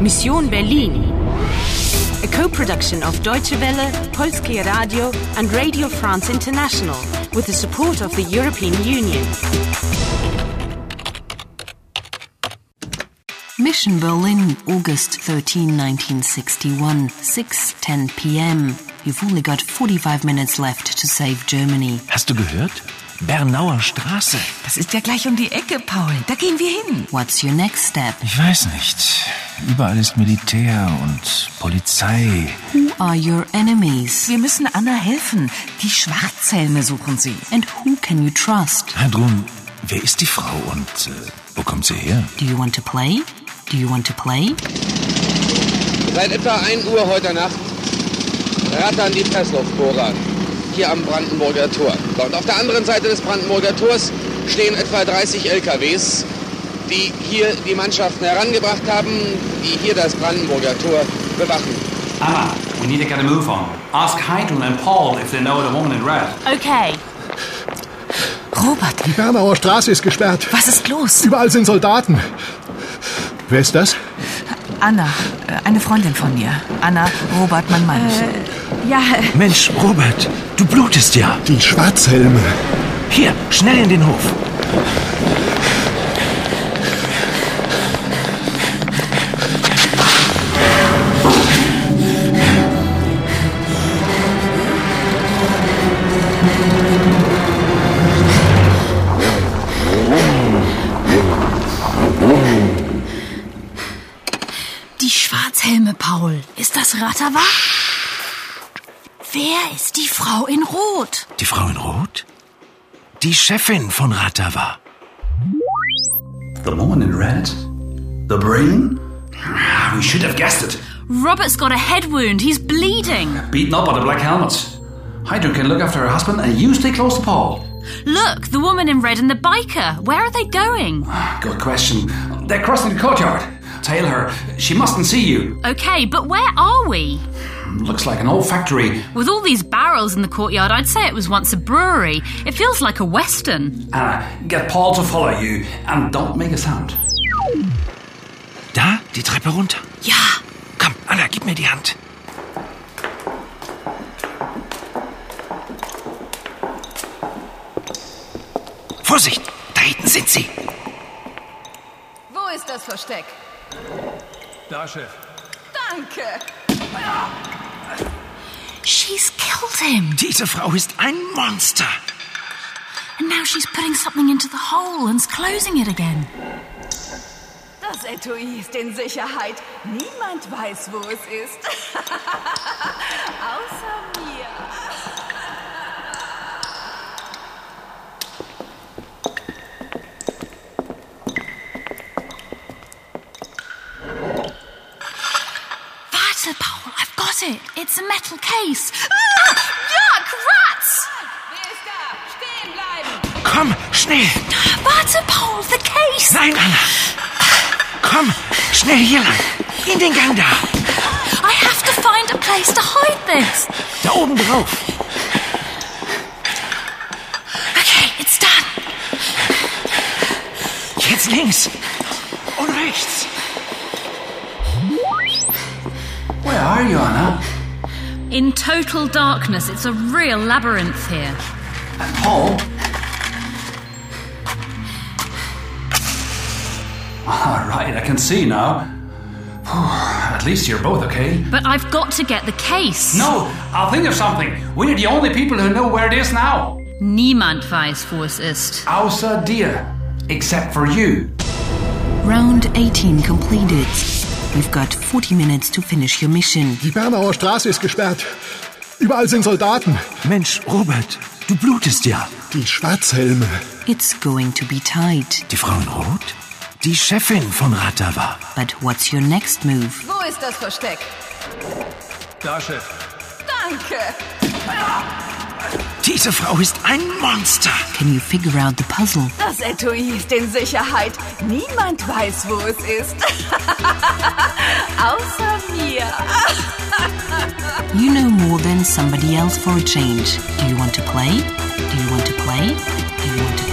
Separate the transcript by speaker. Speaker 1: Mission Berlin. A co-production of Deutsche Welle, Polskie Radio and Radio France International with the support of the European Union.
Speaker 2: Mission Berlin, August 13, 1961, 6:10 p.m. You've only got 45 minutes left to save Germany.
Speaker 3: Hast du gehört? Bernauer Straße.
Speaker 4: Das ist ja gleich um die Ecke, Paul. Da gehen wir hin.
Speaker 2: What's your next step?
Speaker 3: Ich weiß nicht. Überall ist Militär und Polizei.
Speaker 2: Who are your enemies?
Speaker 4: Wir müssen Anna helfen. Die Schwarzhelme suchen sie.
Speaker 2: And who can you trust?
Speaker 3: Hadrun, wer ist die Frau und äh, wo kommt sie her?
Speaker 2: Do you want to play? Do you want to play?
Speaker 5: Seit etwa 1 Uhr heute Nacht rattern die Pressluftbohrer hier am Brandenburger Tor. So, Und auf der anderen Seite des Brandenburger Tors stehen etwa 30 LKWs, die hier die Mannschaften herangebracht haben, die hier das Brandenburger Tor bewachen.
Speaker 6: Ah, we need to get a move on. Ask Heidel and Paul if they know the woman in red.
Speaker 1: Okay.
Speaker 4: Robert,
Speaker 7: Die Bernauer Straße ist gesperrt.
Speaker 4: was ist los?
Speaker 7: Überall sind Soldaten. Wer ist das?
Speaker 4: Anna, äh, eine Freundin von mir. Anna, Robert, mein Mann.
Speaker 8: Äh, Ja,
Speaker 3: Mensch, Robert, du blutest ja.
Speaker 7: Die Schwarzhelme.
Speaker 3: Hier, schnell in den Hof.
Speaker 8: die Schwarzhelme, Paul. Ist das Ratterwach? Wer ist die Frau in Rot?
Speaker 3: Die Frau in Rot? Die Chefin von Ratava.
Speaker 6: The woman in red? The brain? Ah, We should have guessed it.
Speaker 8: Robert's got a head wound. He's bleeding.
Speaker 6: Beaten up by the black helmets. Heidel can look after her husband and you stay close to Paul.
Speaker 8: Look, the woman in red and the biker. Where are they going?
Speaker 6: Good question. They're crossing the courtyard. Tail her. She mustn't see you.
Speaker 8: Okay, but where are we?
Speaker 6: Looks like an old factory
Speaker 8: With all these barrels in the courtyard, I'd say it was once a brewery. It feels like a western.
Speaker 6: Anna, Ah, get Paul to follow you and don't make a sound.
Speaker 3: Da, die Treppe runter.
Speaker 8: Yeah.
Speaker 3: Komm, Anna, gib mir die Hand. Vorsicht, da hinten sind sie.
Speaker 9: Wo ist das Versteck?
Speaker 6: Da, Chef.
Speaker 9: Danke.
Speaker 8: She's killed him.
Speaker 3: Diese Frau ist ein Monster.
Speaker 8: And now she's putting something into the hole and's closing it again.
Speaker 9: Das Etui ist in Sicherheit. Niemand weiß, wo es ist. Außer mir.
Speaker 8: Warte, Paul, I've got it. It's a metal case. Ah, yuck, rats!
Speaker 9: Wer ist da? Stehen bleiben!
Speaker 3: Komm, schnell.
Speaker 8: Warte, Paul, the case!
Speaker 3: Nein, Anna. Komm, schnell hier lang. In den Gang da.
Speaker 8: I have to find a place to hide this.
Speaker 3: Da oben drauf.
Speaker 8: Okay, it's done.
Speaker 3: Jetzt links. Und rechts.
Speaker 6: Where are you, Anna?
Speaker 8: In total darkness, it's a real labyrinth here.
Speaker 6: And Paul? All Ah, right, I can see now. Phew, At least you're both okay.
Speaker 8: But I've got to get the case.
Speaker 6: No, I'll think of something. We're the only people who know where it is now.
Speaker 8: Niemand weiß, wo es ist.
Speaker 6: Außer dir. Except for you.
Speaker 2: Round 18 completed. You've got 40 minutes to finish your mission.
Speaker 7: Die Bernauer Straße ist gesperrt. Überall sind Soldaten.
Speaker 3: Mensch, Robert, du blutest ja.
Speaker 7: Die Schwarzhelme.
Speaker 2: It's going to be tight.
Speaker 3: Die Frau in Rot? Die Chefin von Ratava.
Speaker 2: But what's your next move?
Speaker 9: Wo ist das Versteck?
Speaker 6: Da, Chef.
Speaker 9: Danke.
Speaker 3: Diese Frau ist ein Monster.
Speaker 2: Can you figure out the puzzle?
Speaker 9: Das Etui ist in Sicherheit. Niemand weiß, wo es ist. Außer mir.
Speaker 2: You know more than somebody else for a change. Do you want to play? Do you want to play? Do you want to